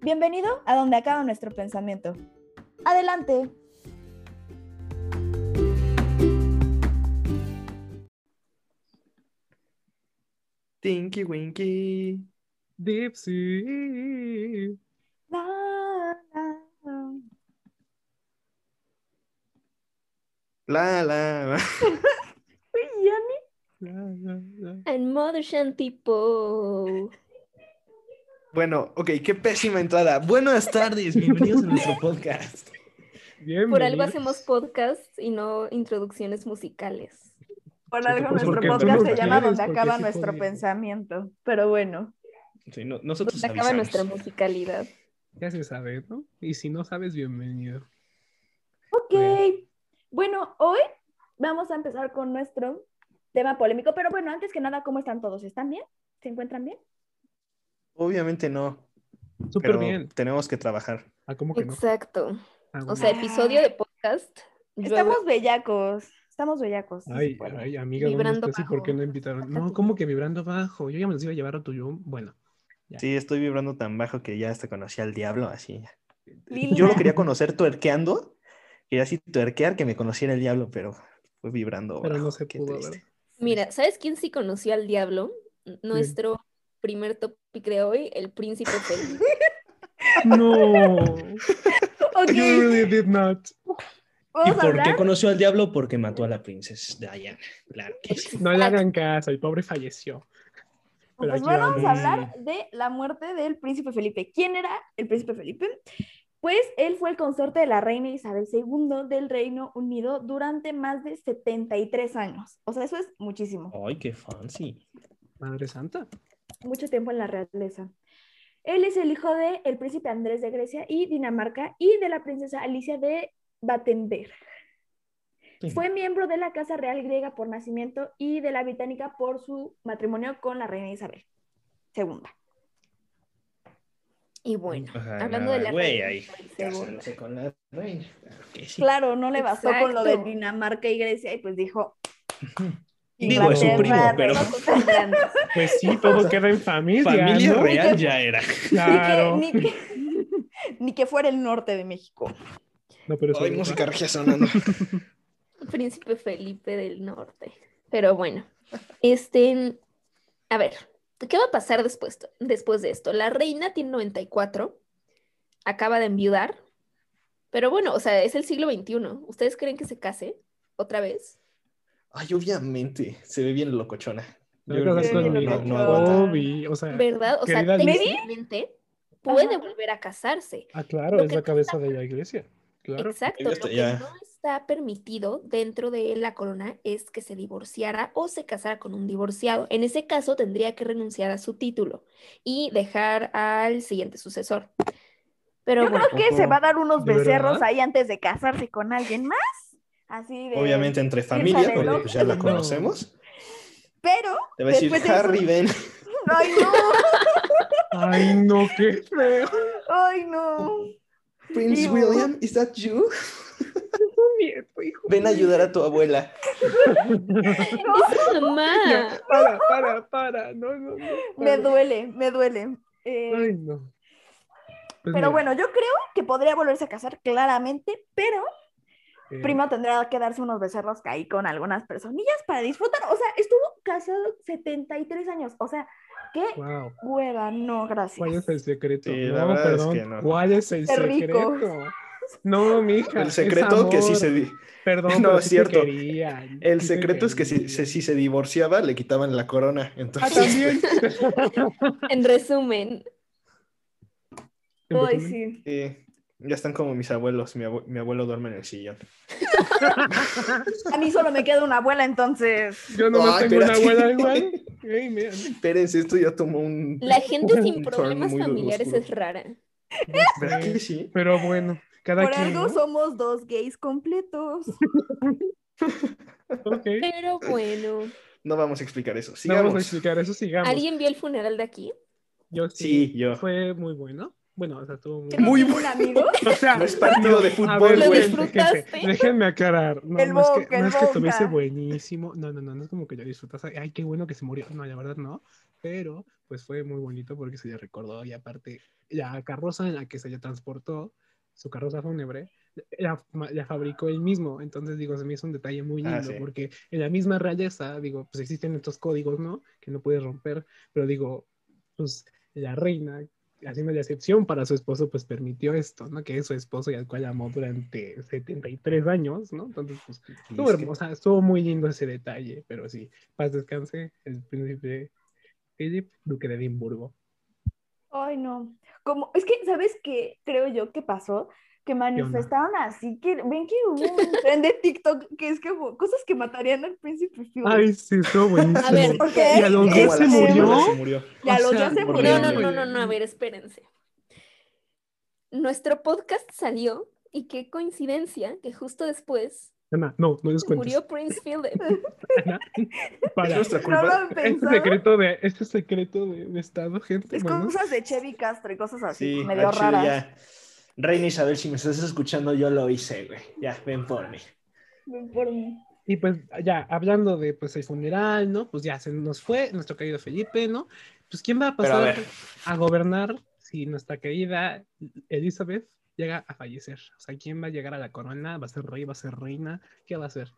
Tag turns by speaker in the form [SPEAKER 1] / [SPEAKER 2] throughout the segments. [SPEAKER 1] Bienvenido a donde acaba nuestro pensamiento. Adelante.
[SPEAKER 2] Tinky Winky. Dipsy.
[SPEAKER 1] La, la, la.
[SPEAKER 2] La la.
[SPEAKER 3] Uy, yummy.
[SPEAKER 2] la, la, la.
[SPEAKER 3] And Mother Shantipo.
[SPEAKER 2] Bueno, ok, qué pésima entrada. Buenas tardes, bienvenidos a nuestro podcast.
[SPEAKER 3] Por algo hacemos podcasts y no introducciones musicales.
[SPEAKER 1] Por
[SPEAKER 2] Sí,
[SPEAKER 1] algo
[SPEAKER 2] pues,
[SPEAKER 1] nuestro
[SPEAKER 2] porque
[SPEAKER 1] podcast
[SPEAKER 2] tú
[SPEAKER 1] se
[SPEAKER 2] no
[SPEAKER 1] llama
[SPEAKER 2] quieres,
[SPEAKER 1] Donde
[SPEAKER 2] porque
[SPEAKER 1] acaba
[SPEAKER 2] sí
[SPEAKER 1] nuestro
[SPEAKER 2] podía.
[SPEAKER 1] pensamiento. Pero bueno,
[SPEAKER 2] Sí, no- nosotros
[SPEAKER 3] Se acaba
[SPEAKER 2] avisamos.
[SPEAKER 3] nuestra musicalidad.
[SPEAKER 4] Ya se sabe, ¿no? Y si no sabes, bienvenido.
[SPEAKER 1] ok. Bueno, hoy vamos a empezar con nuestro tema polémico. Pero bueno, antes que nada, ¿cómo están todos? ¿Están bien? ¿Se encuentran bien?
[SPEAKER 2] Obviamente no,
[SPEAKER 4] Súper
[SPEAKER 2] pero
[SPEAKER 4] bien.
[SPEAKER 2] tenemos que trabajar.
[SPEAKER 4] Ah, ¿cómo que no?
[SPEAKER 3] Exacto.
[SPEAKER 4] Ah,
[SPEAKER 3] O
[SPEAKER 4] bueno.
[SPEAKER 3] sea, episodio de podcast. llueve.
[SPEAKER 1] Estamos bellacos. Estamos bellacos. sí se
[SPEAKER 4] ay,
[SPEAKER 1] puede.
[SPEAKER 4] ay, amiga,
[SPEAKER 3] Vibrando
[SPEAKER 4] ¿dónde estás y por
[SPEAKER 3] bajo.
[SPEAKER 4] qué no invitaron? No, ¿cómo que vibrando bajo? Yo ya me los iba a llevar a tu yo. Bueno,
[SPEAKER 2] Sí, estoy vibrando tan bajo que ya hasta conocí al diablo, así.
[SPEAKER 1] Lila.
[SPEAKER 2] Yo lo quería conocer tuerqueando, quería así tuerquear que me conociera el diablo, pero fue vibrando
[SPEAKER 4] pero no
[SPEAKER 2] bajo,
[SPEAKER 4] se
[SPEAKER 2] Oh, qué
[SPEAKER 4] pudo,
[SPEAKER 2] triste.
[SPEAKER 4] ¿verdad?
[SPEAKER 3] Mira, ¿sabes quién sí conoció al diablo? Nuestro primer topic de hoy, el príncipe feliz.
[SPEAKER 4] No,
[SPEAKER 1] Ok,
[SPEAKER 4] you really did not.
[SPEAKER 2] ¿Y
[SPEAKER 1] vamos a
[SPEAKER 2] por qué
[SPEAKER 1] hablar.
[SPEAKER 2] conoció al diablo? Porque mató a la princesa Diana. Claro que sí.
[SPEAKER 4] No le hagan caso, el pobre falleció. Pero
[SPEAKER 1] Pues
[SPEAKER 4] aquí
[SPEAKER 1] bueno, vamos a
[SPEAKER 4] vamos.
[SPEAKER 1] hablar de la muerte del príncipe Felipe. ¿Quién era el príncipe Felipe? Pues él fue el consorte de la reina Isabel II del Reino Unido durante más de 73 años. O sea, eso es muchísimo,
[SPEAKER 2] Ay, qué fancy.
[SPEAKER 4] Madre Santa.
[SPEAKER 1] mucho tiempo en la realeza. Él es el hijo del el príncipe Andrés de Grecia y Dinamarca y de la princesa Alicia de Battenberg.
[SPEAKER 2] Sí.
[SPEAKER 1] Fue miembro de la Casa Real griega por nacimiento y de la británica por su matrimonio con la reina Isabel II.
[SPEAKER 3] Y bueno,
[SPEAKER 2] Ajá,
[SPEAKER 3] hablando de la
[SPEAKER 2] güey,
[SPEAKER 3] reina
[SPEAKER 2] ahí,
[SPEAKER 3] Isabel II.
[SPEAKER 2] casándose con la reina. Claro que sí.
[SPEAKER 1] Claro, no le bastó con lo de
[SPEAKER 3] Exacto.
[SPEAKER 1] Dinamarca y Grecia y pues dijo.
[SPEAKER 2] Digo, es su primo,
[SPEAKER 1] Inglaterra,
[SPEAKER 2] pero
[SPEAKER 1] ¿no?
[SPEAKER 3] Ojos tan grandes.
[SPEAKER 4] Pues sí, todo queda en familia.
[SPEAKER 2] familia
[SPEAKER 4] ¿no?
[SPEAKER 2] real ya era.
[SPEAKER 4] Claro.
[SPEAKER 1] Ni, que, ni, que, ni que fuera el norte de México.
[SPEAKER 4] No, pero
[SPEAKER 2] Ay,
[SPEAKER 4] sí,
[SPEAKER 2] música regia sonando.
[SPEAKER 3] Príncipe Felipe del Norte. Pero bueno, este, a ver, ¿qué va a pasar después, después de esto? La reina tiene 94, acaba de enviudar, pero bueno, o sea, es el siglo XXI. ¿Ustedes creen que se case otra vez?
[SPEAKER 2] Ay, obviamente, se ve bien locochona.
[SPEAKER 4] No
[SPEAKER 2] Yo
[SPEAKER 4] creo
[SPEAKER 2] creo
[SPEAKER 4] que
[SPEAKER 2] que
[SPEAKER 4] sea
[SPEAKER 2] no,
[SPEAKER 4] lo
[SPEAKER 2] no,
[SPEAKER 4] mismo.
[SPEAKER 2] no aguanta.
[SPEAKER 4] Obi, o sea,
[SPEAKER 3] ¿Verdad? O sea,
[SPEAKER 4] Ah, Querida Alicia.
[SPEAKER 3] técnicamente puede
[SPEAKER 1] Ajá.
[SPEAKER 3] volver a casarse.
[SPEAKER 4] ah, claro,
[SPEAKER 3] Lo
[SPEAKER 4] es
[SPEAKER 3] que
[SPEAKER 4] la
[SPEAKER 3] no
[SPEAKER 4] cabeza de la iglesia. Claro.
[SPEAKER 3] Exacto.
[SPEAKER 2] Ya
[SPEAKER 3] Lo
[SPEAKER 2] está,
[SPEAKER 3] que
[SPEAKER 2] ya.
[SPEAKER 3] no está permitido dentro de la corona es que se divorciara o se casara con un divorciado. En ese caso tendría que renunciar a su título y dejar al siguiente sucesor. Pero
[SPEAKER 1] Yo
[SPEAKER 3] bueno,
[SPEAKER 1] creo que se va a dar unos
[SPEAKER 4] ¿De verdad?
[SPEAKER 1] becerros ahí antes de casarse con alguien más. Así de.
[SPEAKER 2] Obviamente entre familia,
[SPEAKER 1] Isabel,
[SPEAKER 2] porque
[SPEAKER 1] ¿no?
[SPEAKER 2] pues ya la
[SPEAKER 4] No.
[SPEAKER 2] conocemos.
[SPEAKER 1] Pero.
[SPEAKER 2] Te va a decir,
[SPEAKER 1] Después de eso-
[SPEAKER 2] Harry, ven.
[SPEAKER 1] ¡Ay, no!
[SPEAKER 4] Ay, no, qué feo.
[SPEAKER 1] ¡Ay, no!
[SPEAKER 2] Prince
[SPEAKER 1] Digo.
[SPEAKER 2] William, ¿is that you?
[SPEAKER 4] nieto, hijo.
[SPEAKER 2] Ven a ayudar a tu abuela.
[SPEAKER 3] es su mamá.
[SPEAKER 4] Para, para, para. No, no, no.
[SPEAKER 1] Me
[SPEAKER 4] para.
[SPEAKER 1] duele, me duele. Eh,
[SPEAKER 4] Ay, no. Pues mira,
[SPEAKER 1] pero bueno, yo creo que podría volverse a casar claramente, pero
[SPEAKER 4] eh,
[SPEAKER 1] Primo tendrá que darse unos becerros que ahí con algunas personillas para disfrutar. O sea, estuvo casado 73 años. O sea, qué
[SPEAKER 4] Wow.
[SPEAKER 1] hueva, no,
[SPEAKER 4] ¿Cuál
[SPEAKER 1] gracias.
[SPEAKER 4] es el secreto?
[SPEAKER 2] Sí, la
[SPEAKER 4] no,
[SPEAKER 2] verdad es
[SPEAKER 4] perdón.
[SPEAKER 2] que no.
[SPEAKER 4] ¿Cuál es el
[SPEAKER 1] Qué rico.
[SPEAKER 4] secreto? No, mija.
[SPEAKER 2] El
[SPEAKER 4] es
[SPEAKER 2] secreto que sí
[SPEAKER 4] amor.
[SPEAKER 2] se di-
[SPEAKER 4] Perdón,
[SPEAKER 2] No,
[SPEAKER 4] pero
[SPEAKER 2] es
[SPEAKER 4] sí te
[SPEAKER 2] cierto.
[SPEAKER 4] querían,
[SPEAKER 2] El
[SPEAKER 4] sí te
[SPEAKER 2] secreto es que si
[SPEAKER 4] querían.
[SPEAKER 2] se, si se divorciaba, le quitaban la corona.
[SPEAKER 4] Ah,
[SPEAKER 2] Entonces,
[SPEAKER 4] también.
[SPEAKER 3] En resumen,
[SPEAKER 1] Ay, sí.
[SPEAKER 2] eh, ya están como mis abuelos. Mi, abue- mi abuelo duerme en el sillón.
[SPEAKER 1] A mí solo me queda una abuela, entonces.
[SPEAKER 4] Yo no
[SPEAKER 2] Ay,
[SPEAKER 4] tengo una
[SPEAKER 2] espérate.
[SPEAKER 4] abuela igual. Ay, mira.
[SPEAKER 2] Espérense, esto ya tomó un...
[SPEAKER 3] la gente sin
[SPEAKER 2] Un turn
[SPEAKER 3] problemas
[SPEAKER 2] muy
[SPEAKER 3] familiares
[SPEAKER 2] oscuro.
[SPEAKER 3] es rara.
[SPEAKER 2] ¿Verdad que sí?
[SPEAKER 4] Pero bueno, cada
[SPEAKER 1] Por
[SPEAKER 4] quien.
[SPEAKER 1] algo
[SPEAKER 4] ¿no?
[SPEAKER 1] somos dos gays completos.
[SPEAKER 4] Ok.
[SPEAKER 3] Pero bueno,
[SPEAKER 2] No vamos a explicar eso.
[SPEAKER 4] No vamos a
[SPEAKER 2] Sigamos.
[SPEAKER 4] explicar eso, sigamos.
[SPEAKER 3] ¿alguien vio el funeral de aquí?
[SPEAKER 4] Yo sí.
[SPEAKER 2] Sí, yo.
[SPEAKER 4] Fue muy bueno. Bueno, o sea, estuvo muy...
[SPEAKER 1] ¿Que no
[SPEAKER 2] Muy
[SPEAKER 1] tiene un amigo?
[SPEAKER 4] O sea,
[SPEAKER 2] No es partido de
[SPEAKER 4] a
[SPEAKER 2] fútbol,
[SPEAKER 4] ver,
[SPEAKER 3] ¿Lo
[SPEAKER 4] güey,
[SPEAKER 3] disfrutaste?
[SPEAKER 4] gente, Déjenme aclarar. No,
[SPEAKER 1] El
[SPEAKER 4] no es
[SPEAKER 1] Boca,
[SPEAKER 4] que, no
[SPEAKER 1] el
[SPEAKER 4] es que estuviese
[SPEAKER 1] Boca.
[SPEAKER 4] buenísimo. No, no, no, no es como que yo disfrutase. Ay, qué bueno que se murió. No, la verdad no. Pero pues fue muy bonito porque se le recordó. Y aparte, la carroza en la que se le transportó, su carroza fúnebre, la, la fabricó él mismo. Entonces, digo, se me hizo un detalle muy lindo
[SPEAKER 2] Ah, sí.
[SPEAKER 4] porque en la misma realeza, digo, pues existen estos códigos, ¿no? Que no puedes romper. Pero digo, pues la reina haciendo la excepción para su esposo, pues permitió esto, ¿no? Que es su esposo y al cual amó durante 73 años, ¿no? Entonces, pues, estuvo
[SPEAKER 2] es que-
[SPEAKER 4] hermosa, estuvo muy lindo ese detalle, pero sí, paz descanse, el príncipe Philip, duque de Edimburgo.
[SPEAKER 1] Ay, no. Como, es que, ¿sabes qué? Creo yo que pasó, que manifestaron así que, ven que hubo un tren de TikTok que es como cosas que matarían al príncipe Philip.
[SPEAKER 4] Ay, sí, estuvo buenísimo.
[SPEAKER 3] A ver,
[SPEAKER 1] ¿Por
[SPEAKER 4] y a los
[SPEAKER 1] ¿Qué?
[SPEAKER 2] Como a
[SPEAKER 4] días se
[SPEAKER 2] las
[SPEAKER 1] Este,
[SPEAKER 2] seis horas
[SPEAKER 4] murió.
[SPEAKER 2] se murió.
[SPEAKER 1] Ya
[SPEAKER 4] O
[SPEAKER 1] los
[SPEAKER 4] sea,
[SPEAKER 1] ya se
[SPEAKER 4] no,
[SPEAKER 3] No,
[SPEAKER 1] murieron.
[SPEAKER 3] no,
[SPEAKER 4] Horrible.
[SPEAKER 3] no, no, no, a ver, espérense. Nuestro podcast salió y qué coincidencia que justo después
[SPEAKER 4] Ana, no, no les cuentes.
[SPEAKER 3] murió Prince Philip.
[SPEAKER 4] Ana, para.
[SPEAKER 2] Es nuestra
[SPEAKER 1] No lo
[SPEAKER 2] culpa.
[SPEAKER 1] han
[SPEAKER 4] Este
[SPEAKER 1] pensado.
[SPEAKER 4] secreto de, este secreto de, de estado, gente.
[SPEAKER 1] Es
[SPEAKER 4] bueno,
[SPEAKER 1] cosas de Chevy Castro y cosas así,
[SPEAKER 2] Sí,
[SPEAKER 1] medio
[SPEAKER 2] al chile
[SPEAKER 1] raras.
[SPEAKER 2] ya. Reina Isabel, si me estás escuchando, yo lo hice, güey. Ya, ven por mí.
[SPEAKER 1] Ven por mí.
[SPEAKER 4] Y pues ya, hablando de pues el funeral, ¿no? Pues ya se nos fue nuestro querido Felipe, ¿no? Pues ¿quién va a
[SPEAKER 2] Pero a
[SPEAKER 4] pasar
[SPEAKER 2] ver.
[SPEAKER 4] a, gobernar si nuestra querida Elizabeth llega a fallecer? O sea, ¿quién va a llegar a la corona? ¿Va a ser rey? ¿Va a ser reina? ¿Qué va a ser?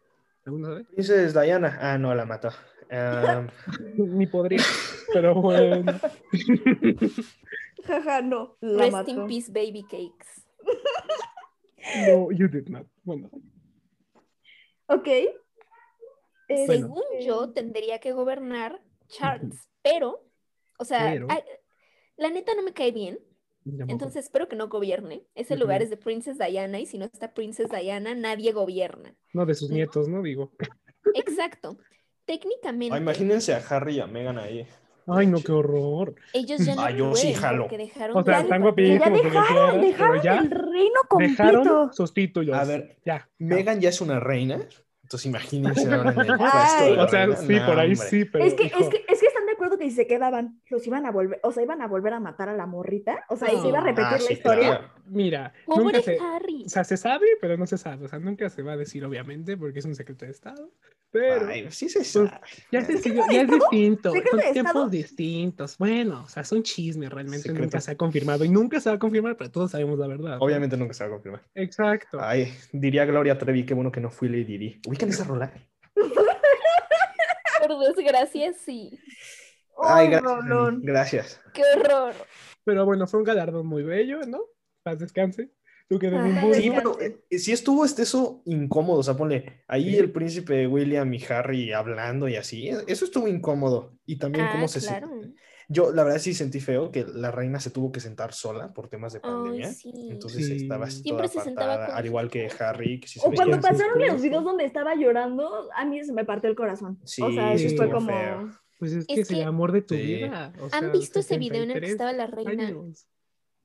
[SPEAKER 4] ¿Alguno sabe?
[SPEAKER 2] Dices Diana. Ah, no, la mató. Ah,
[SPEAKER 4] Ni podría, pero bueno.
[SPEAKER 1] Jaja, no. La
[SPEAKER 3] Rest
[SPEAKER 1] mató.
[SPEAKER 3] in peace, baby cakes.
[SPEAKER 4] No, you did not. Bueno,
[SPEAKER 1] Ok. Eh,
[SPEAKER 4] Bueno.
[SPEAKER 3] Según yo, tendría que gobernar Charles, pero, o sea,
[SPEAKER 4] Pero.
[SPEAKER 3] ay, la neta no me cae bien,
[SPEAKER 4] ya me
[SPEAKER 3] entonces espero que no gobierne. Ese
[SPEAKER 4] Ujú.
[SPEAKER 3] lugar es de Princess Diana y si no está Princess Diana, nadie gobierna.
[SPEAKER 4] acuerdo. no de sus nietos, ¿no? Digo.
[SPEAKER 3] Exacto. Técnicamente,
[SPEAKER 2] ah, imagínense a Harry y a Meghan ahí.
[SPEAKER 4] Ay, no, qué horror.
[SPEAKER 3] ellos ya no
[SPEAKER 2] Ay, yo sí
[SPEAKER 3] pueden
[SPEAKER 2] jalo.
[SPEAKER 3] porque dejaron
[SPEAKER 4] O sea,
[SPEAKER 3] ya-
[SPEAKER 1] Pero ya
[SPEAKER 4] están guapísimos. como
[SPEAKER 1] dejaron,
[SPEAKER 4] quieras,
[SPEAKER 1] dejaron
[SPEAKER 4] pero ya
[SPEAKER 1] el reino completo.
[SPEAKER 4] dejaron sus títulos.
[SPEAKER 2] A ver,
[SPEAKER 4] ya.
[SPEAKER 2] Megan ya es una reina. Entonces imagínense ahora en el puesto.
[SPEAKER 1] Ay.
[SPEAKER 2] de
[SPEAKER 4] O sea,
[SPEAKER 2] reina.
[SPEAKER 4] sí,
[SPEAKER 2] No,
[SPEAKER 4] por ahí
[SPEAKER 2] hombre.
[SPEAKER 4] sí, pero.
[SPEAKER 1] Es que,
[SPEAKER 4] hijo,
[SPEAKER 1] es, que, es que están de acuerdo que si se quedaban, los iban a volver, o sea, iban a volver a matar a la morrita, o sea, y se iba a
[SPEAKER 4] No.
[SPEAKER 1] repetir
[SPEAKER 2] Ah,
[SPEAKER 1] la
[SPEAKER 2] sí,
[SPEAKER 1] historia.
[SPEAKER 2] claro.
[SPEAKER 4] Mira, nunca
[SPEAKER 3] Pobre
[SPEAKER 4] se.
[SPEAKER 3] Harry.
[SPEAKER 4] O sea, se sabe, pero no se sabe. O sea, nunca se va a decir, obviamente, porque es un secreto de Estado. Pero
[SPEAKER 2] Ay, pues sí se sabe.
[SPEAKER 4] ya, se siguió- ya es distinto.
[SPEAKER 1] ¿Secreto
[SPEAKER 4] Son
[SPEAKER 1] de
[SPEAKER 4] tiempos
[SPEAKER 1] Estado?
[SPEAKER 4] distintos. Bueno, o sea, son chismes realmente.
[SPEAKER 2] Secreto.
[SPEAKER 4] Nunca se ha confirmado. Y nunca se va a confirmar, pero todos sabemos la verdad. ¿no?
[SPEAKER 2] Obviamente nunca se va a confirmar.
[SPEAKER 4] Exacto.
[SPEAKER 2] Ay, diría Gloria Trevi, qué bueno que no fui Lady Di. Ubican esa rola.
[SPEAKER 3] Por desgracia, sí.
[SPEAKER 2] Ay,
[SPEAKER 1] Ay,
[SPEAKER 2] gracias. Dani,
[SPEAKER 1] Rolón.
[SPEAKER 2] Gracias.
[SPEAKER 3] Qué horror.
[SPEAKER 4] Pero bueno, fue un galardón muy bello, ¿no? Paz descanse. Tú que de
[SPEAKER 3] Ah,
[SPEAKER 4] Edimburgo.
[SPEAKER 2] Sí,
[SPEAKER 1] Ya
[SPEAKER 2] pero eh, eh, sí estuvo este eso incómodo, o sea, ponle ahí
[SPEAKER 4] Sí.
[SPEAKER 2] el príncipe William y Harry hablando y así, e- eso estuvo incómodo y también
[SPEAKER 3] Ah,
[SPEAKER 2] cómo se sen-
[SPEAKER 3] claro.
[SPEAKER 2] Yo la verdad sí sentí feo que la reina se tuvo que sentar sola por temas de pandemia.
[SPEAKER 3] sí.
[SPEAKER 2] Entonces
[SPEAKER 4] Sí.
[SPEAKER 2] estaba así
[SPEAKER 3] Siempre
[SPEAKER 2] toda
[SPEAKER 3] se sentaba
[SPEAKER 2] apartada,
[SPEAKER 3] con
[SPEAKER 2] al
[SPEAKER 3] su
[SPEAKER 2] igual que
[SPEAKER 3] esposo.
[SPEAKER 2] Harry, que sí se
[SPEAKER 1] O
[SPEAKER 2] veía
[SPEAKER 1] cuando
[SPEAKER 2] que-
[SPEAKER 1] pasaron
[SPEAKER 4] esposo.
[SPEAKER 1] los videos donde estaba llorando, a mí se me partió el corazón.
[SPEAKER 2] Sí,
[SPEAKER 1] o sea,
[SPEAKER 4] sí
[SPEAKER 1] eso fue
[SPEAKER 4] estuvo
[SPEAKER 1] como...
[SPEAKER 2] feo.
[SPEAKER 4] Pues es que
[SPEAKER 3] Es
[SPEAKER 4] es el
[SPEAKER 3] que-
[SPEAKER 4] amor de tu
[SPEAKER 2] Sí.
[SPEAKER 4] vida. o sea,
[SPEAKER 3] ¿Han visto ese video en el que
[SPEAKER 4] 73
[SPEAKER 3] estaba la reina
[SPEAKER 4] años.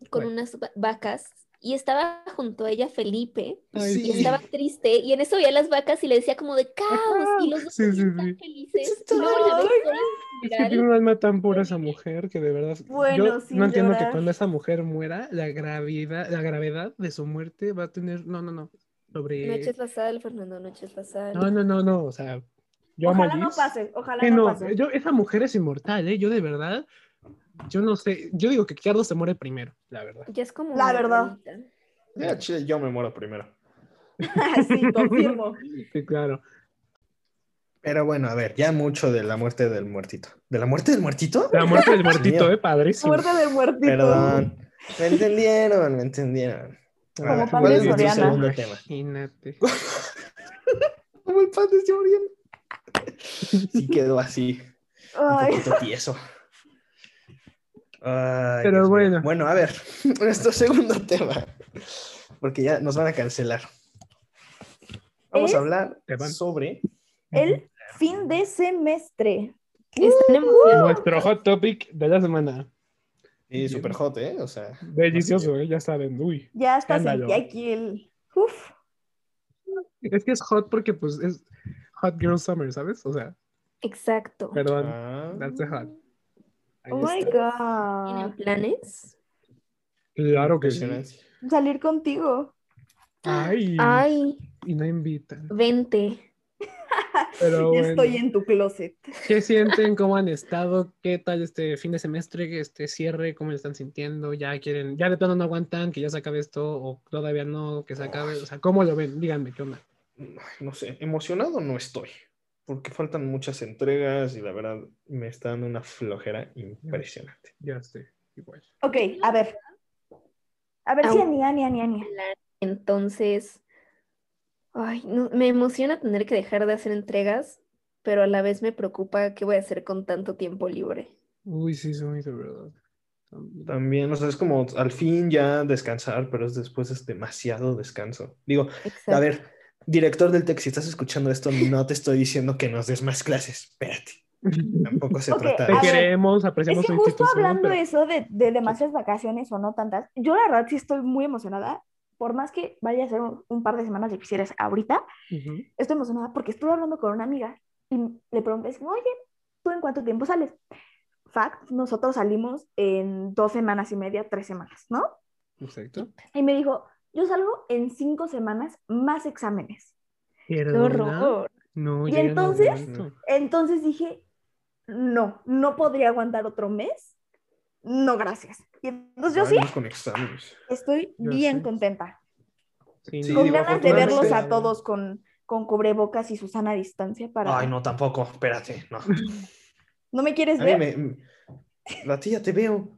[SPEAKER 3] con
[SPEAKER 4] Bueno.
[SPEAKER 3] unas va- vacas y estaba junto a ella Felipe
[SPEAKER 4] Ay,
[SPEAKER 2] Sí.
[SPEAKER 3] y estaba triste y en eso veía las vacas y le decía como de caos y los dos
[SPEAKER 4] Sí, sí,
[SPEAKER 3] están
[SPEAKER 4] sí.
[SPEAKER 3] felices.
[SPEAKER 1] Ay,
[SPEAKER 3] Y luego la ves
[SPEAKER 1] ay,
[SPEAKER 3] sola
[SPEAKER 4] Es
[SPEAKER 3] en
[SPEAKER 4] que
[SPEAKER 3] el
[SPEAKER 4] tiene
[SPEAKER 3] funeral.
[SPEAKER 4] un alma tan pura esa mujer que de verdad
[SPEAKER 1] Bueno,
[SPEAKER 4] yo
[SPEAKER 1] sin
[SPEAKER 4] no entiendo que
[SPEAKER 1] llorar.
[SPEAKER 4] cuando esa mujer muera la gravedad la gravedad de su muerte va a tener no no no sobre
[SPEAKER 3] Noches la sal, Fernando, noches la sal.
[SPEAKER 4] no no no no o sea yo amo a
[SPEAKER 1] Ojalá no
[SPEAKER 4] Liz.
[SPEAKER 1] pase, ojalá
[SPEAKER 4] Que
[SPEAKER 1] no,
[SPEAKER 4] no,
[SPEAKER 1] pase.
[SPEAKER 4] yo esa mujer es inmortal eh yo de verdad yo no sé yo digo que Carlos se muere primero la verdad
[SPEAKER 3] Ya es como
[SPEAKER 1] La
[SPEAKER 3] una
[SPEAKER 1] verdad.
[SPEAKER 3] abuelita.
[SPEAKER 2] Ya, chile, yo me muero primero.
[SPEAKER 1] sí, confirmo.
[SPEAKER 4] sí claro
[SPEAKER 2] Pero bueno, a ver, ya mucho de la muerte del muertito. ¿De la muerte del muertito?
[SPEAKER 4] la muerte del muertito
[SPEAKER 2] mío.
[SPEAKER 4] eh padrísimo
[SPEAKER 1] Muerte del muertito.
[SPEAKER 2] Perdón. Me entendieron, me entendieron. A
[SPEAKER 1] Como
[SPEAKER 2] ver,
[SPEAKER 1] pan
[SPEAKER 2] ¿cuál
[SPEAKER 1] de
[SPEAKER 2] es tu
[SPEAKER 1] Soriana.
[SPEAKER 2] segundo tema?
[SPEAKER 4] imagínate
[SPEAKER 2] Como el pan de Soriana. Sí quedó así.
[SPEAKER 1] Ay,
[SPEAKER 2] Un poquito tieso. Ay,
[SPEAKER 4] Pero
[SPEAKER 2] Dios mío.
[SPEAKER 4] bueno.
[SPEAKER 2] Bueno, a ver, nuestro segundo tema. Porque ya nos van a cancelar. Vamos
[SPEAKER 1] Es-
[SPEAKER 2] a hablar
[SPEAKER 4] Te van.
[SPEAKER 2] sobre. eh,
[SPEAKER 1] el fin de semestre.
[SPEAKER 3] Están emocionados.
[SPEAKER 4] nuestro hot topic de la semana
[SPEAKER 2] Sí, super hot, ¿eh? O sea.
[SPEAKER 4] delicioso eh ya saben uy
[SPEAKER 1] Ya está
[SPEAKER 4] Escándalo.
[SPEAKER 1] sentí aquí el... Uf.
[SPEAKER 4] Es que es hot porque pues es Hot Girl Summer, ¿sabes? O sea,
[SPEAKER 3] Exacto.
[SPEAKER 4] perdón.
[SPEAKER 2] ah,
[SPEAKER 4] That's the hot. Ahí
[SPEAKER 1] Oh my
[SPEAKER 4] está.
[SPEAKER 3] Ah.
[SPEAKER 1] God.
[SPEAKER 3] ¿Tienen planes?
[SPEAKER 4] Claro que sí.
[SPEAKER 2] Impresionante.
[SPEAKER 1] Salir contigo.
[SPEAKER 4] Ay,
[SPEAKER 3] Ay,
[SPEAKER 4] y no invitan.
[SPEAKER 3] vente.
[SPEAKER 4] Pero
[SPEAKER 1] ya
[SPEAKER 4] bueno,
[SPEAKER 1] estoy en tu closet.
[SPEAKER 4] ¿qué sienten? ¿Cómo han estado? ¿Qué tal este fin de semestre? Este cierre, ¿cómo lo están sintiendo? ¿Ya quieren, ya de plano no aguantan que ya se acabe esto o todavía no, que se acabe? O sea, ¿cómo lo ven? Díganme, ¿qué onda?
[SPEAKER 2] Ay, no sé, emocionado no estoy, porque faltan muchas entregas y la verdad me está dando una flojera impresionante.
[SPEAKER 4] Ya sé, igual.
[SPEAKER 1] Ok, a ver. A ver si
[SPEAKER 3] Au.
[SPEAKER 1] Ania, Ania, Ania, Ania.
[SPEAKER 3] Entonces, ay, no- me emociona tener que dejar de hacer entregas, pero a la vez me preocupa qué voy a hacer con tanto tiempo libre.
[SPEAKER 4] Uy, sí, son muy de verdad. También.
[SPEAKER 2] También, o sea, es como al fin ya descansar, pero es después es demasiado descanso. Digo, a
[SPEAKER 3] Exacto.
[SPEAKER 2] ver, director del TEC, si estás escuchando esto, no te estoy diciendo que nos des más clases, espérate, tampoco se
[SPEAKER 1] Ok, ah,
[SPEAKER 2] trata
[SPEAKER 4] Te
[SPEAKER 1] A
[SPEAKER 2] de
[SPEAKER 1] ver,
[SPEAKER 2] eso.
[SPEAKER 4] queremos, apreciamos
[SPEAKER 1] Es que
[SPEAKER 4] tu
[SPEAKER 1] justo
[SPEAKER 4] institución,
[SPEAKER 1] hablando
[SPEAKER 4] pero-
[SPEAKER 1] de eso, de, de demasiadas vacaciones o no tantas, yo la verdad sí estoy muy emocionada. Por más que vaya a ser un, un par de semanas difíciles ahorita,
[SPEAKER 4] Ujú.
[SPEAKER 1] estoy emocionada porque estuve hablando con una amiga y le pregunté, es como, oye, ¿tú en cuánto tiempo sales? Fact, nosotros salimos en dos semanas y media, tres semanas, ¿no?
[SPEAKER 4] Exacto.
[SPEAKER 1] Y me dijo, yo salgo en cinco semanas más exámenes.
[SPEAKER 3] ¡Qué horror!
[SPEAKER 4] No,
[SPEAKER 1] Y
[SPEAKER 4] yo ya no
[SPEAKER 1] entonces-
[SPEAKER 4] aguanto.
[SPEAKER 1] Entonces dije, no, no podría aguantar otro mes. No, gracias. Y entonces pues yo sí
[SPEAKER 2] Vamos con exámenes.
[SPEAKER 1] estoy
[SPEAKER 4] Yo
[SPEAKER 1] bien
[SPEAKER 4] sé.
[SPEAKER 1] contenta.
[SPEAKER 2] Sí,
[SPEAKER 1] Con
[SPEAKER 2] digo,
[SPEAKER 1] ganas de verlos a
[SPEAKER 2] afortunadamente-
[SPEAKER 1] todos con, con cubrebocas y Susana a distancia para...
[SPEAKER 2] Ay, no, tampoco, espérate, no.
[SPEAKER 1] ¿No me quieres
[SPEAKER 2] A mí
[SPEAKER 1] ver?
[SPEAKER 2] me... La tía te veo.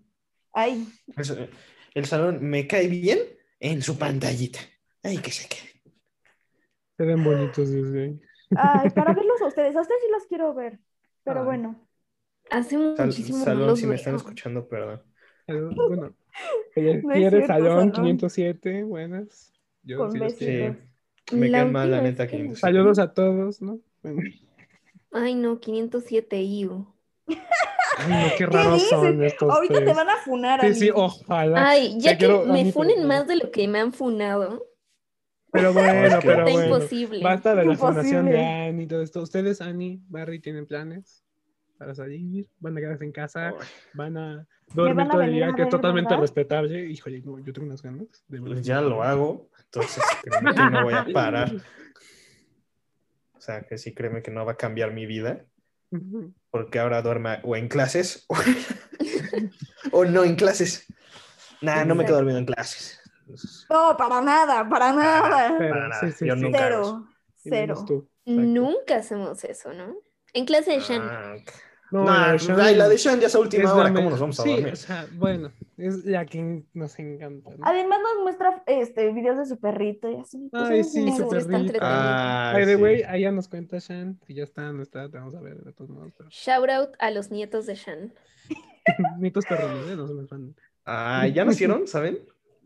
[SPEAKER 1] Ay,
[SPEAKER 2] Es- Pues, eh, El salón me cae bien en su pantallita. Ay, que se quede.
[SPEAKER 4] Se ven bonitos desde ahí.
[SPEAKER 1] ay, para verlos a ustedes. A ustedes sí los quiero ver. Pero
[SPEAKER 4] Ay.
[SPEAKER 1] bueno,
[SPEAKER 3] Hace
[SPEAKER 2] Sal-
[SPEAKER 3] muchísimo no
[SPEAKER 2] salón,
[SPEAKER 3] los
[SPEAKER 2] si me están
[SPEAKER 3] veo.
[SPEAKER 2] escuchando, perdón.
[SPEAKER 4] Salón, Bueno, ella
[SPEAKER 1] No es
[SPEAKER 4] quiere
[SPEAKER 1] cierto,
[SPEAKER 4] salón
[SPEAKER 1] salón.
[SPEAKER 4] 507, buenas. Yo
[SPEAKER 1] Con
[SPEAKER 4] sí los
[SPEAKER 1] besos.
[SPEAKER 2] Sí,
[SPEAKER 4] quiero.
[SPEAKER 2] me
[SPEAKER 3] La
[SPEAKER 2] caen mal, la
[SPEAKER 3] última
[SPEAKER 2] neta,
[SPEAKER 3] vez que me-
[SPEAKER 2] 500.
[SPEAKER 4] Saludos a todos, ¿no? Bueno.
[SPEAKER 3] Ay, no, 507, iu.
[SPEAKER 4] Ay, no, qué
[SPEAKER 1] ¿Qué
[SPEAKER 4] raros
[SPEAKER 1] dices?
[SPEAKER 4] son estos
[SPEAKER 1] ahorita te
[SPEAKER 4] tres.
[SPEAKER 1] van a funar.
[SPEAKER 4] Sí, sí,
[SPEAKER 1] Ani.
[SPEAKER 4] ojalá.
[SPEAKER 3] Ay, ya
[SPEAKER 4] te
[SPEAKER 3] que
[SPEAKER 4] Ah, quiero- a mí
[SPEAKER 3] me
[SPEAKER 4] te-
[SPEAKER 3] funen más de lo que me han funado,
[SPEAKER 4] Pero bueno,
[SPEAKER 2] Es que
[SPEAKER 4] pero
[SPEAKER 3] está
[SPEAKER 4] bueno.
[SPEAKER 3] imposible.
[SPEAKER 4] Basta de la
[SPEAKER 1] Imposible.
[SPEAKER 4] fundación de Annie y todo esto. ¿Ustedes, Annie, Barry, tienen planes para salir? ¿Van a quedarse en casa? ¿Van a dormir
[SPEAKER 1] van a
[SPEAKER 4] todo el
[SPEAKER 1] venir
[SPEAKER 4] día?
[SPEAKER 1] a
[SPEAKER 4] Que es
[SPEAKER 1] ver,
[SPEAKER 4] totalmente
[SPEAKER 1] ¿verdad?
[SPEAKER 4] respetable. Híjole, no, yo tengo unas ganas. De
[SPEAKER 2] Pues
[SPEAKER 4] verdad.
[SPEAKER 2] ya lo hago, entonces créeme que no voy a parar. O sea, que sí, créeme que no va a cambiar mi vida,
[SPEAKER 4] Ujú.
[SPEAKER 2] porque ahora duerma o en clases o, o no en clases. Nah, no me quedo dormido en clases.
[SPEAKER 1] No, para nada, para nada.
[SPEAKER 4] Ah, Pero
[SPEAKER 2] Para nada,
[SPEAKER 4] sí, sí,
[SPEAKER 2] yo
[SPEAKER 4] sí.
[SPEAKER 2] nunca hago eso.
[SPEAKER 1] Cero,
[SPEAKER 4] Y menos
[SPEAKER 1] cero.
[SPEAKER 4] tú. Exacto.
[SPEAKER 3] Nunca hacemos eso, ¿no? En clase de Shan.
[SPEAKER 2] Ah,
[SPEAKER 4] No,
[SPEAKER 2] nah,
[SPEAKER 4] Shannon
[SPEAKER 2] ay, la de Sean ya es a última
[SPEAKER 4] es
[SPEAKER 2] hora,
[SPEAKER 4] la
[SPEAKER 2] ¿cómo
[SPEAKER 4] me-
[SPEAKER 2] nos vamos a
[SPEAKER 4] sí,
[SPEAKER 2] dormir?
[SPEAKER 4] o sea, bueno, es la que nos encanta. ¿no?
[SPEAKER 1] Además nos muestra este, videos de su perrito y así. Pues,
[SPEAKER 4] Ay,
[SPEAKER 1] somos
[SPEAKER 4] sí,
[SPEAKER 1] unos
[SPEAKER 4] su
[SPEAKER 3] Eso
[SPEAKER 1] bebés.
[SPEAKER 3] está
[SPEAKER 4] perrito.
[SPEAKER 3] entretenido.
[SPEAKER 2] Ah,
[SPEAKER 4] Ay, de
[SPEAKER 2] sí.
[SPEAKER 4] güey, ahí ya nos cuenta Shan. Si ya está, no está, te vamos a ver de todos modos. Pero...
[SPEAKER 3] Shout out a los nietos de Shan.
[SPEAKER 4] Ni tus perros, ¿eh? No se me van.
[SPEAKER 2] Ah, ¿ya nacieron? ¿Saben?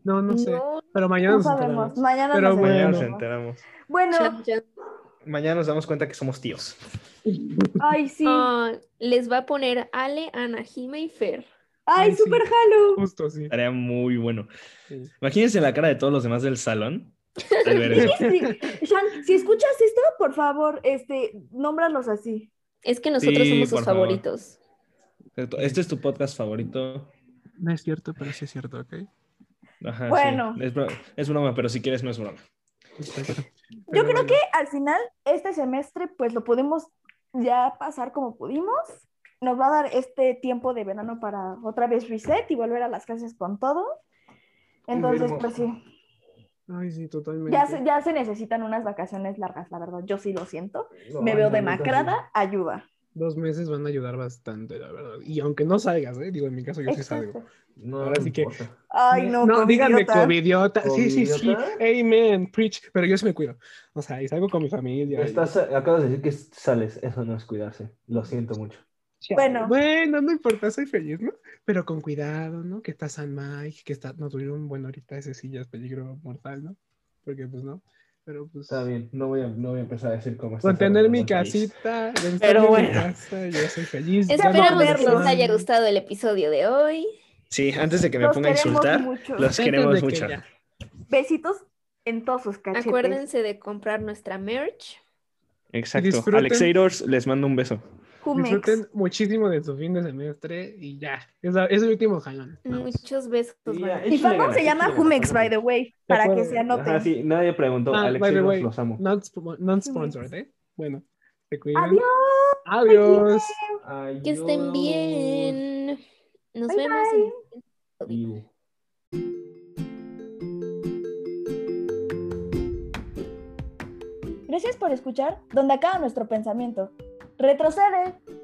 [SPEAKER 4] No, no sé.
[SPEAKER 3] No,
[SPEAKER 4] Pero mañana
[SPEAKER 1] No
[SPEAKER 4] nos
[SPEAKER 1] sabemos.
[SPEAKER 4] enteramos.
[SPEAKER 1] Mañana
[SPEAKER 4] Pero
[SPEAKER 1] nos
[SPEAKER 4] bueno.
[SPEAKER 2] Mañana
[SPEAKER 1] enteramos.
[SPEAKER 2] nos enteramos.
[SPEAKER 1] Bueno,
[SPEAKER 3] Shan, Shan.
[SPEAKER 2] Mañana nos damos cuenta que somos tíos.
[SPEAKER 1] ay, sí.
[SPEAKER 3] Ah, les va a poner Ale, Ana, Jime y Fer.
[SPEAKER 1] Ay,
[SPEAKER 4] ay, sí.
[SPEAKER 1] super jalo.
[SPEAKER 4] Justo, sí.
[SPEAKER 5] Estaría muy bueno.
[SPEAKER 4] Sí.
[SPEAKER 5] Imagínense la cara de todos los demás del salón al ver eso.
[SPEAKER 1] Sí, Shan, si escuchas esto, por favor, este, nómbralos así.
[SPEAKER 3] Es que nosotros
[SPEAKER 5] Sí,
[SPEAKER 3] somos sus
[SPEAKER 5] por favor.
[SPEAKER 3] favoritos.
[SPEAKER 5] Exacto. Este es tu podcast favorito.
[SPEAKER 4] No es cierto, pero sí es cierto, ¿ok?
[SPEAKER 5] Ajá, sí.
[SPEAKER 1] Bueno.
[SPEAKER 5] Es, bro- es broma, pero si quieres no es broma.
[SPEAKER 1] Yo creo que al final, este semestre, pues lo pudimos ya pasar como pudimos. Nos va a dar este tiempo de verano para otra vez reset y volver a las clases con todo. Entonces,
[SPEAKER 2] Volvemos.
[SPEAKER 1] pues sí,
[SPEAKER 4] Ay, sí, totalmente.
[SPEAKER 1] ya se, ya se necesitan unas vacaciones largas, la verdad. Yo sí lo siento. Me
[SPEAKER 4] Ay,
[SPEAKER 1] veo
[SPEAKER 4] la neta,
[SPEAKER 1] demacrada, ayuda.
[SPEAKER 4] Dos meses van a ayudar bastante, la verdad. Y aunque no salgas, ¿eh? Digo, en mi caso yo sí salgo.
[SPEAKER 1] Exacto.
[SPEAKER 2] No,
[SPEAKER 4] Ahora sí que-
[SPEAKER 2] importa.
[SPEAKER 1] Este, Ay, no, no
[SPEAKER 4] díganme covidiota. Sí, sí, sí.
[SPEAKER 2] ¿Covidiota?
[SPEAKER 4] Amen, preach. Pero yo sí me cuido. O sea, y salgo con mi familia. y-
[SPEAKER 6] Estás, acabas de decir que sales, eso no es cuidarse. Lo siento mucho.
[SPEAKER 4] Chale.
[SPEAKER 1] Bueno.
[SPEAKER 4] Bueno, no importa, soy feliz, ¿no? Pero con cuidado, ¿no? Que está San Mike, que está, no tuvieron bueno ahorita ese sí ya es peligro mortal, ¿no? Porque pues no. Pero pues
[SPEAKER 6] Está bien, no voy a, no voy a empezar a decir cómo está.
[SPEAKER 4] contener mi
[SPEAKER 6] país.
[SPEAKER 4] casita, de
[SPEAKER 1] Pero
[SPEAKER 4] estar en
[SPEAKER 1] bueno.
[SPEAKER 4] mi casa, yo soy feliz. ya no
[SPEAKER 3] Esperamos
[SPEAKER 4] tengo
[SPEAKER 3] que les
[SPEAKER 1] verlos.
[SPEAKER 3] haya
[SPEAKER 4] afán.
[SPEAKER 3] gustado el episodio de hoy.
[SPEAKER 5] Sí, antes de que me
[SPEAKER 1] Los
[SPEAKER 5] ponga a
[SPEAKER 1] queremos
[SPEAKER 5] insultar,
[SPEAKER 1] mucho.
[SPEAKER 5] los
[SPEAKER 4] Antes
[SPEAKER 5] queremos
[SPEAKER 4] de que
[SPEAKER 5] mucho.
[SPEAKER 4] ya.
[SPEAKER 1] Besitos en todos sus cachetes.
[SPEAKER 3] Acuérdense de comprar nuestra merch.
[SPEAKER 5] Exacto.
[SPEAKER 4] Disfruten.
[SPEAKER 5] Alexeiros, les mando un beso.
[SPEAKER 1] Cumex.
[SPEAKER 4] Disfruten muchísimo de su fin de semestre y ya. Es, la- es el último jalón. Vamos.
[SPEAKER 3] Muchos besos.
[SPEAKER 6] Sí,
[SPEAKER 3] bye.
[SPEAKER 6] ya,
[SPEAKER 1] Mi
[SPEAKER 6] échale
[SPEAKER 1] fandom
[SPEAKER 6] ganas,
[SPEAKER 1] se llama
[SPEAKER 6] échale
[SPEAKER 1] Jumex,
[SPEAKER 6] ganas.
[SPEAKER 1] by the way, para que se anoten.
[SPEAKER 6] Ajá, sí, nadie preguntó.
[SPEAKER 4] Ah,
[SPEAKER 6] Alex
[SPEAKER 4] by the way,
[SPEAKER 6] los amo.
[SPEAKER 4] Not, spo- not sponsored, ¿eh? Bueno, se cuidan.
[SPEAKER 1] Adiós.
[SPEAKER 4] Adiós.
[SPEAKER 3] Que estén bien. Nos
[SPEAKER 1] Bye,
[SPEAKER 3] vemos. en-
[SPEAKER 6] Adiós.
[SPEAKER 1] Gracias por escuchar donde acaba nuestro pensamiento. Retrocede.